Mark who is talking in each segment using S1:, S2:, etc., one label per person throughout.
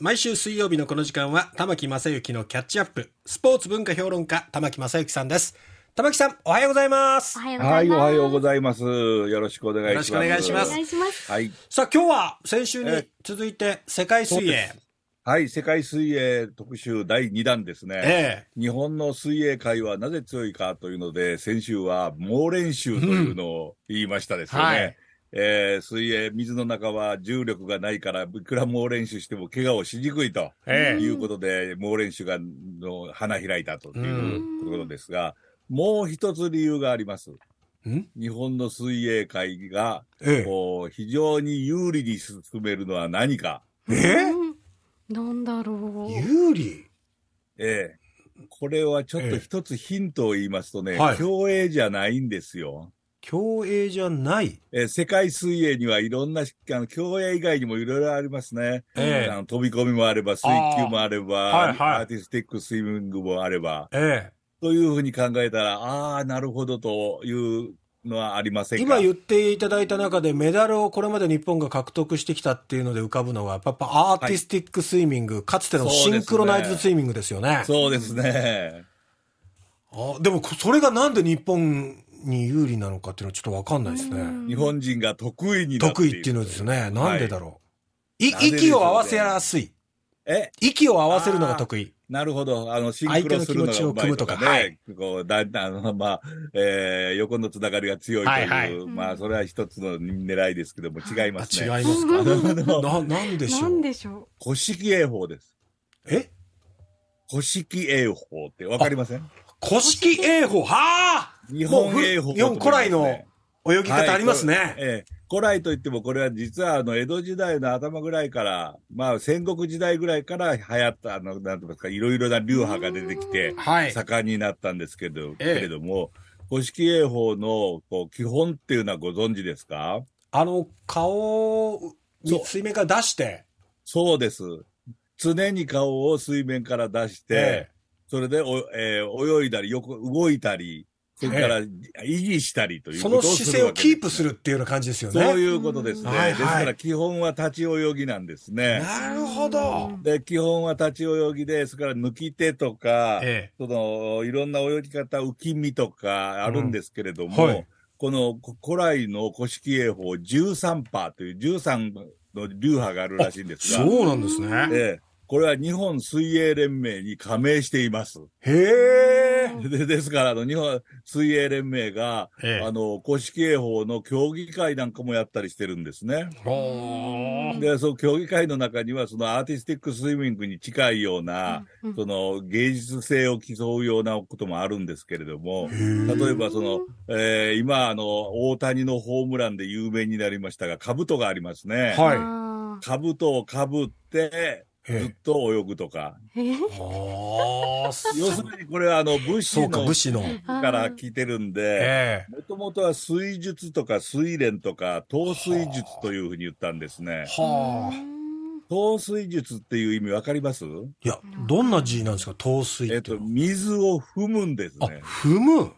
S1: 毎週水曜日のこの時間は玉木正幸のキャッチアップスポーツ文化評論家玉木正幸さんです玉木さんおはようございます
S2: おはようご
S3: は
S2: ざい
S3: い、
S2: ます。
S3: おはようございます。よろしくお願いします。
S1: よろしくお願いしま
S2: お願いします。
S3: はい、
S1: さあ今日は先週に
S3: え
S1: 続いて世界水
S3: そうで
S1: 泳
S3: すはい、世界水泳特集第2弾ですね。
S1: え
S3: 日本の水泳界はなぜ強いかというので、先週は猛練習というのを言いましたですよね。
S1: うんはい
S3: えー水泳、水の中は重力がないから、いくら猛練習しても怪我をしにくいと
S1: え
S3: いうことで、猛練習がの花開いたということですが、もう一つ理由があります。
S1: えん
S3: 日本の水泳界が
S1: え
S3: こう非常に有利に進めるのは何か、
S1: ええ
S2: うんなんだろ
S1: え
S2: う。
S1: 有利
S3: ええ、これはちょっと一つヒントを言いますとね、
S1: ええはい
S3: 競泳じゃないんですよ。
S1: 競泳じゃない
S3: ええ世界水泳にはいろんな、あの競泳以外にもいろいろありますね、
S1: ええ
S3: あの。飛び込みもあれば、水球もあれば、
S1: はいはい
S3: アーティスティックスイミングもあれば、
S1: え
S3: というふうに考えたら、ああ、なるほどというのはありませ
S1: え
S3: んか
S1: 今言っていただいた中でメダルをこれまで日本が獲得してきたっていうので浮かぶのがやっぱアーティスティックスイミング、かつてのシンクロナイズドスイミングですよね
S3: そうですね。
S1: あでもこそれがなんで日本に有利なのかっていうのはちょっと分かんないですね、
S2: うん
S3: 日本人が得意になって
S1: 得意っていうのですよねなんでだろう、い
S3: なんででしょうね
S1: 息を合わせやすい
S3: え
S1: 息を合わせるのが得意
S3: なるほど。あの、シンクロするのがうまいとかね。
S1: 相
S3: こう、だ、 あの、まあ、えー横のつながりが強いという、
S1: はいはい
S3: まあ、それは一つの狙いですけども、違い
S1: あ
S3: ます
S1: 違いま
S3: ね。
S1: す
S3: あ
S1: かな
S3: の、
S1: なんでし
S2: な
S1: ょ
S2: ん
S1: う
S2: でしょ
S3: 古式泳法です。
S1: え
S3: 古式泳法ってわかりません
S1: 古式泳法はあ
S3: 日本泳法、
S1: もうふ日本古来の泳ぎ方ありますね、
S3: はいこれええ古来といっても、これは実はあの江戸時代の頭ぐらいから、まあ戦国時代ぐらいから流行った、あの、なんていうんですか、いろいろな流派が出てきて、
S1: はい
S3: 盛んになったんですけど、
S1: ええ
S3: けれども、古式泳法のこう基本っていうのはご存知ですか
S1: あの顔を
S3: そう
S1: 水面から出して
S3: そうです。常に顔を水面から出して、
S1: え
S3: それでお、えー泳いだり、横、動いたり、それから維持したりという
S1: そ
S3: こ
S1: の
S3: とをするわ
S1: 姿勢
S3: けです、
S1: をキープするっていうような感じですよね
S3: そういうことですね。
S1: うんはいはい
S3: ですから基本は立ち泳ぎなんですね。
S1: なるほど、
S2: うん
S3: で、基本は立ち泳ぎで、それから抜き手とか、
S1: ええ
S3: その、いろんな泳ぎ方、浮き身とかあるんですけれども、
S1: うんはい
S3: このこ古来の古式泳法13パーという13の流派があるらしいんですが、
S1: そうなんですね
S3: ええこれは日本水泳連盟に加盟しています。
S1: へえ
S3: でですから、あの、日本水泳連盟が、
S1: ええ
S3: あの、古式泳法の競技会なんかもやったりしてるんですね。
S1: ほー
S3: で、その競技会の中には、そのアーティスティックスイミングに近いような、
S2: うん
S3: その芸術性を競うようなこともあるんですけれども、例えばその、えー今、あの、大谷のホームランで有名になりましたが、兜がありますね。
S1: はい
S2: あ
S3: 兜をかぶって、ずっ
S1: え
S3: と泳ぐとか。
S2: ーえ
S1: えはあ
S3: 要するにこれはあの、武士
S1: そうか
S3: の
S1: 武士の
S3: から聞いてるんで、
S1: え
S3: もともとは水術とか水練とか、陶水術というふうに言ったんですね
S1: え。はあ
S3: 陶水術っていう意味わかります
S1: いやどんな字なんですか糖水
S3: えっ
S1: っていう
S3: と、
S1: の
S3: 水を踏むんです
S1: あ
S3: ね。
S1: 踏む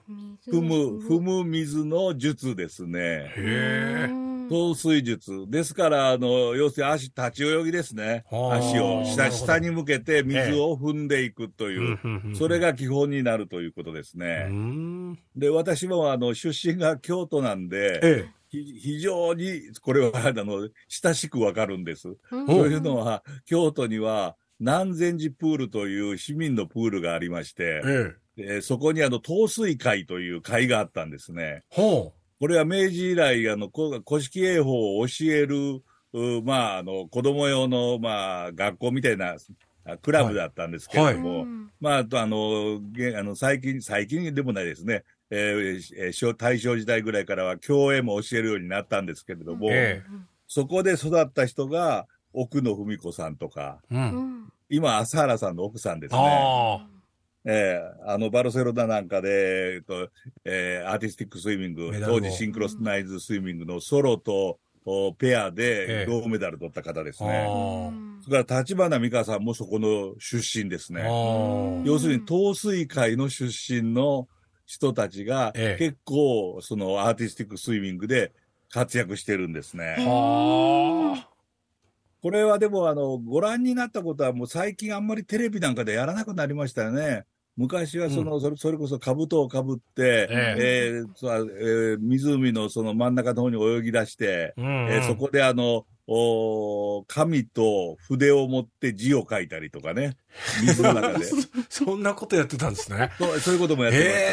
S3: 踏む、踏む水の術ですね。
S1: へえ
S3: 陶水術。ですから、あの、要するに足、立ち泳ぎですね。
S1: あー
S3: 足を
S1: な
S3: 下、
S1: るほど
S3: 下に向けて水を踏んでいくという。それ
S1: が
S3: が基本になるということです
S1: う
S3: ね。
S1: ん
S3: で、私も、あの、出身が京都なんで、
S1: え
S3: ひ非常に、これは、あの、親しくわかるんです。
S2: うん
S3: というのは、京都には、南禅寺プールという市民のプールがありまして
S1: え、ええ
S3: えーそこにあの、陶水会という会があったんですね。
S1: ほ
S3: これは明治以来、あの、こ古式泳法を教える、うまあ、あの、子供用の、まあ、学校みたいな、あクラブだったんですけれども、
S2: うん
S3: まあ、あと、あの、げあの最近、最近でもないですね、えーえーしょ大正時代ぐらいからは、教泳も教えるようになったんですけれども、
S1: え
S3: そこで育った人が、奥野文子さんとか、
S1: うう
S2: うんん
S3: 今、朝原さんの奥さんですね。
S1: あ
S3: ええあの、バルセロナなんかで、えっと、ええアーティスティックスイミング
S1: メ、ダルを
S3: 当時シンクロナイズスイミングのソロとおペア
S1: ええ
S3: で銅メダル取った方です
S1: ああ
S3: ね。それから立花美香さんもそこの出身です
S1: あ
S3: ね。
S1: あ
S3: 要するに、陶水会の出身の人たちが、
S1: ええ
S3: 結構、そのアーティスティックスイミングで活躍してるんですね。
S1: はあ
S3: これはでも、あの、ご覧になったことはもう最近あんまりテレビなんかでやらなくなりましたよね。昔はその、それそれこそ兜をかぶって、
S1: え
S3: えーそうえー湖のその真ん中の方に泳ぎ出して、
S1: うん
S3: えーそこであの、おー紙と筆を持って字を書いたりとかね。水の中 で。そ
S1: そんなことやってたんですね。
S3: うそういうこともやってましたね。
S1: え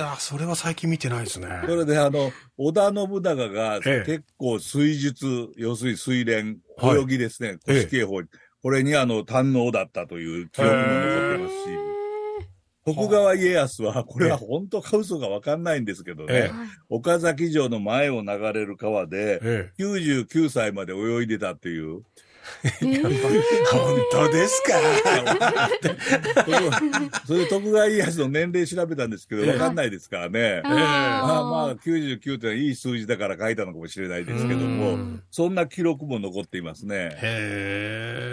S1: えあ、それは最近見てないですね。
S3: それであの、織田信長が
S1: ええ
S3: 結構水術、要するに水
S1: は
S3: 練、
S1: い
S3: 泳ぎですね、
S1: ええ
S3: 古式泳法、これにあの、堪能だったという記憶も残ってますし、徳川家康は、これは本当か嘘かわかんないんですけど
S1: え
S3: ね、岡崎城の前を流れる川で、
S1: え
S3: 99歳まで泳いでたっていう。
S2: えー
S1: え。本当ですか
S3: それそれ徳川家康の年齢調べたんですけど、わかんないですからね。
S2: あー
S3: まあまあ、99ってのはいい数字だから書いたのかもしれないですけど
S1: う
S3: も
S1: ん、
S3: そんな記録も残っていますね。
S1: へ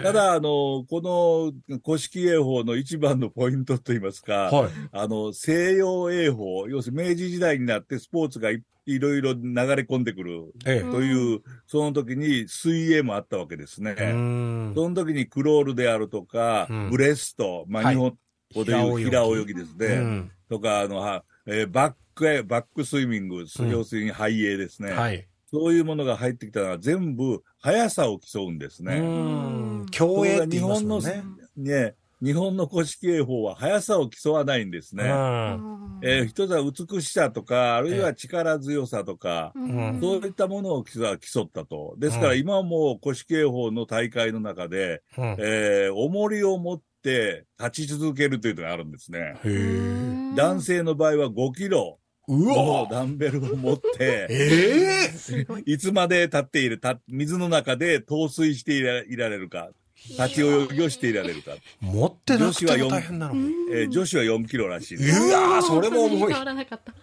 S1: え。
S3: た、だ、あの、この古式泳法の一番のポイントといいますか、
S1: はい。
S3: あの、西洋泳法、要するに明治時代になってスポーツがいいろいろ流れ込んでくる
S1: え
S3: という、その時に水泳もあったわけですね。
S1: え。うん
S3: その時にクロールであるとか、
S1: うん
S3: ブレスト、まあ、
S1: はい
S3: 日本語でいう
S1: 平
S3: 平
S1: 泳ぎ
S3: 泳ぎですね、
S1: うん
S3: とか、あの、はえーバックへ、バックスイミング、
S1: うん
S3: 要するに背泳ですね、
S1: はい。
S3: そういうものが入ってきたのは全部速さを競うんです
S1: う
S3: ね。
S1: ん。競泳って言いますもんね。
S3: ね日本の古式泳法は速さを競わないんですね。
S1: うん。
S3: えー一つは美しさとか、あるいは力強さとか、
S1: ん
S3: そういったものを競競ったと。ですか
S1: う
S3: ら
S1: ん
S3: 今はもう古式泳法の大会の中で、
S1: うん
S3: えー重りを持って立ち続けるというのがあるんですね。
S1: へえ。
S3: 男性の場合は5キロ
S1: う
S3: の
S1: わ
S3: ダンベルを持っ て、
S1: ええ
S2: すごい。
S3: いつまで立っている、た水の中で陶酔していらいられるか、立ち泳ぎをしていられるか。
S1: 持ってなくても大変なの。う
S3: えー女子は4キロらしいです。
S1: わーそれも重い
S2: 変。わらなかった。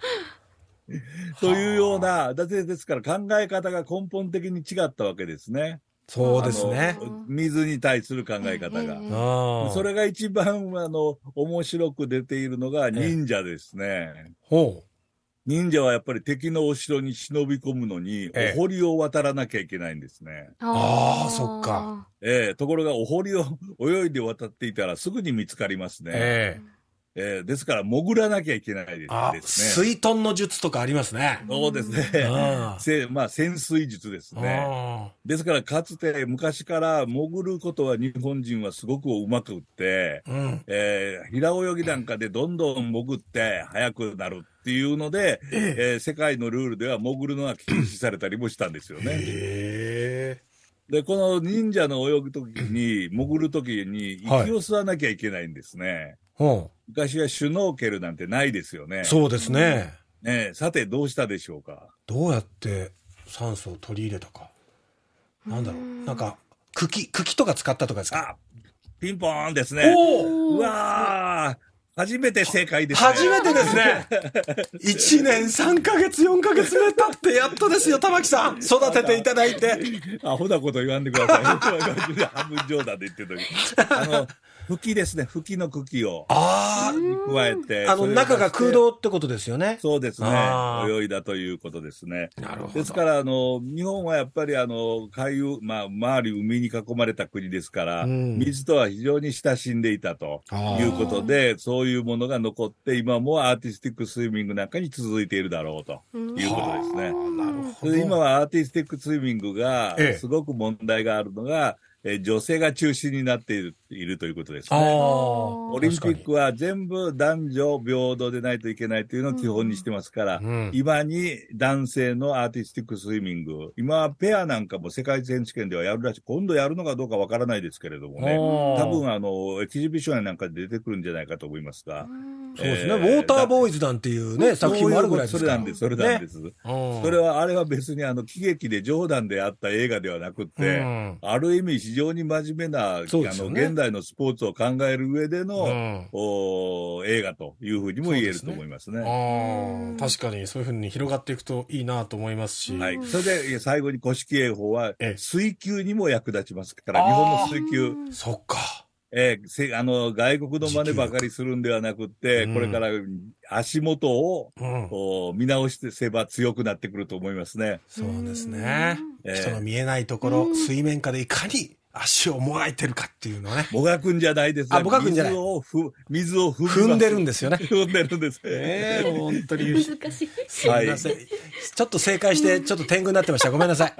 S3: というような、だってですから考え方が根本的に違ったわけですね。
S1: そうですね
S3: あ。の水に対する考え方が。
S2: え
S1: あ
S3: それが一番、あの、面白く出ているのが忍者ですね。
S1: ほ
S3: 忍者はやっぱり敵のお城に忍び込むのに、
S1: ええ
S3: お堀を渡らなきゃいけないんですね。
S1: あーそっか。
S3: ええところがお堀を泳いで渡っていたらすぐに見つかります
S1: う。
S3: ね。
S1: ええ。
S3: ええですから潜らなきゃいけないで
S1: あ、
S3: ですね。
S1: 水遁の術とかありますね。
S3: そうです
S1: あ
S3: ね
S1: あ。
S3: せまあ、潜水術ですね。
S1: あ
S3: ですから、かつて昔から潜ることは日本人はすごくうまくって、
S1: あ。うん。
S3: えー平泳ぎなんかでどんどん潜って速くなるっていうので、えー世界のルールでは潜るのは禁止されたりもしたんですよね。
S1: へえ。
S3: で、この忍者の泳ぐときに、潜るときに
S1: はい
S3: 息を吸わなきゃいけないんですね。
S1: ほ
S3: 昔はシュノーケルなんてないですよね。
S1: う。そうですね。
S3: ねえさて、どうしたでしょうか。
S1: どうやって酸素を取り入れたか。なんだろう。なんか、茎、茎とか使ったとかですか
S3: あピンポーンですね。
S1: おお
S3: うわー初めて正解ですね。
S1: 初めてですね !1 年3ヶ月4ヶ月目経ってやっとですよ、玉木さん育てていただいて。
S3: アホなこと言わんでください。半分冗談で言ってる時あの、吹きですね。吹きの茎を
S1: あ
S3: 加えて。
S1: あ、あ
S3: そ
S1: の
S3: れを
S1: 中が
S3: 出して
S1: 空。洞ってことですよね。
S3: そうですね
S1: あ。ー
S3: 泳いだということですね。
S1: なるほ
S3: ですから、あの、日本はやっぱり、あの、海遊、まあ、周り海に囲まれた国ですから、
S1: うん
S3: 水とは非常に親しんでいたと
S1: あー
S3: いうことで、そういうものが残って、今もアーティスティックスイミングなんかに続いているだろうと いうことですね。
S1: なる
S3: そ
S1: ほ
S3: れ
S1: ど。
S3: で今はアーティスティックスイミングが
S1: ええ、
S3: すごく問題があるのが、えー女性が中心になっているいるということです
S1: あ
S3: ね。
S1: あ。
S3: オリンピックは全部男女平等でないといけないというのを基本にしてますから、
S1: うん
S3: 今に男性のアーティスティックスイミング、今はペアなんかも世界選手権ではやるらしい、今度やるのかどうかわからないですけれどもね、
S1: あー
S3: 多分あの、エキシビションやなんかで出てくるんじゃないかと思いますが。
S1: そうですね。
S3: え
S1: ウォ
S3: ー
S1: ーターボーイズなんていうね、作品もあるぐらいですか
S3: そう
S1: ら。
S3: うことそれなんです、それなんです。
S1: うん
S3: それは、あれは別にあの、喜劇で冗談であった映画ではなくって、
S1: うん
S3: ある意味非常に真面目な、
S1: そうで
S3: あ
S1: すよ
S3: の、
S1: ね
S3: 現代のスポーツを考える上での、
S1: うん
S3: お映画というふうにも言えると思いますね。
S1: ああ、確かにそういうふうに広がっていくといいなと思いますし。
S3: はい。それで、いや最後に古式泳法は
S1: ええ、
S3: 水球にも役立ちますから、
S1: あー
S3: 日本の水球、
S1: そっか。
S3: ええせあの、外国の真似ばかりするんではなくって、
S1: うん
S3: これから足元を、
S1: うん。
S3: お見直してせば強くなってくると思いますね。
S1: そうですね。
S3: ええ
S1: 人の見えないところ、
S2: うん
S1: 水面下でいかに足をもがいてるかっていうのね。
S3: もがくんじゃないです
S1: あもがくんじゃない
S3: 水をふ、水を踏みます
S1: 踏んでるんですよね。
S3: 踏んでるんです。
S1: ええ本当に。す
S2: 難しい。
S1: みません。ちょっと正解して、ちょっと天狗になってました。ごめんなさい。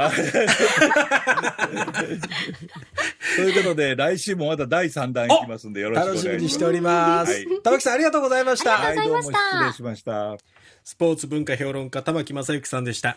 S3: ということで、来週もまた第3弾いきますん で、よろしくお願
S1: 楽
S3: いしま
S1: し
S3: す。
S1: みにしております
S3: はい。
S1: 玉木さん、ありがとうございました。
S3: はい、どうも失礼しました。
S1: スポーツ文化評論家、玉木正幸さんでした。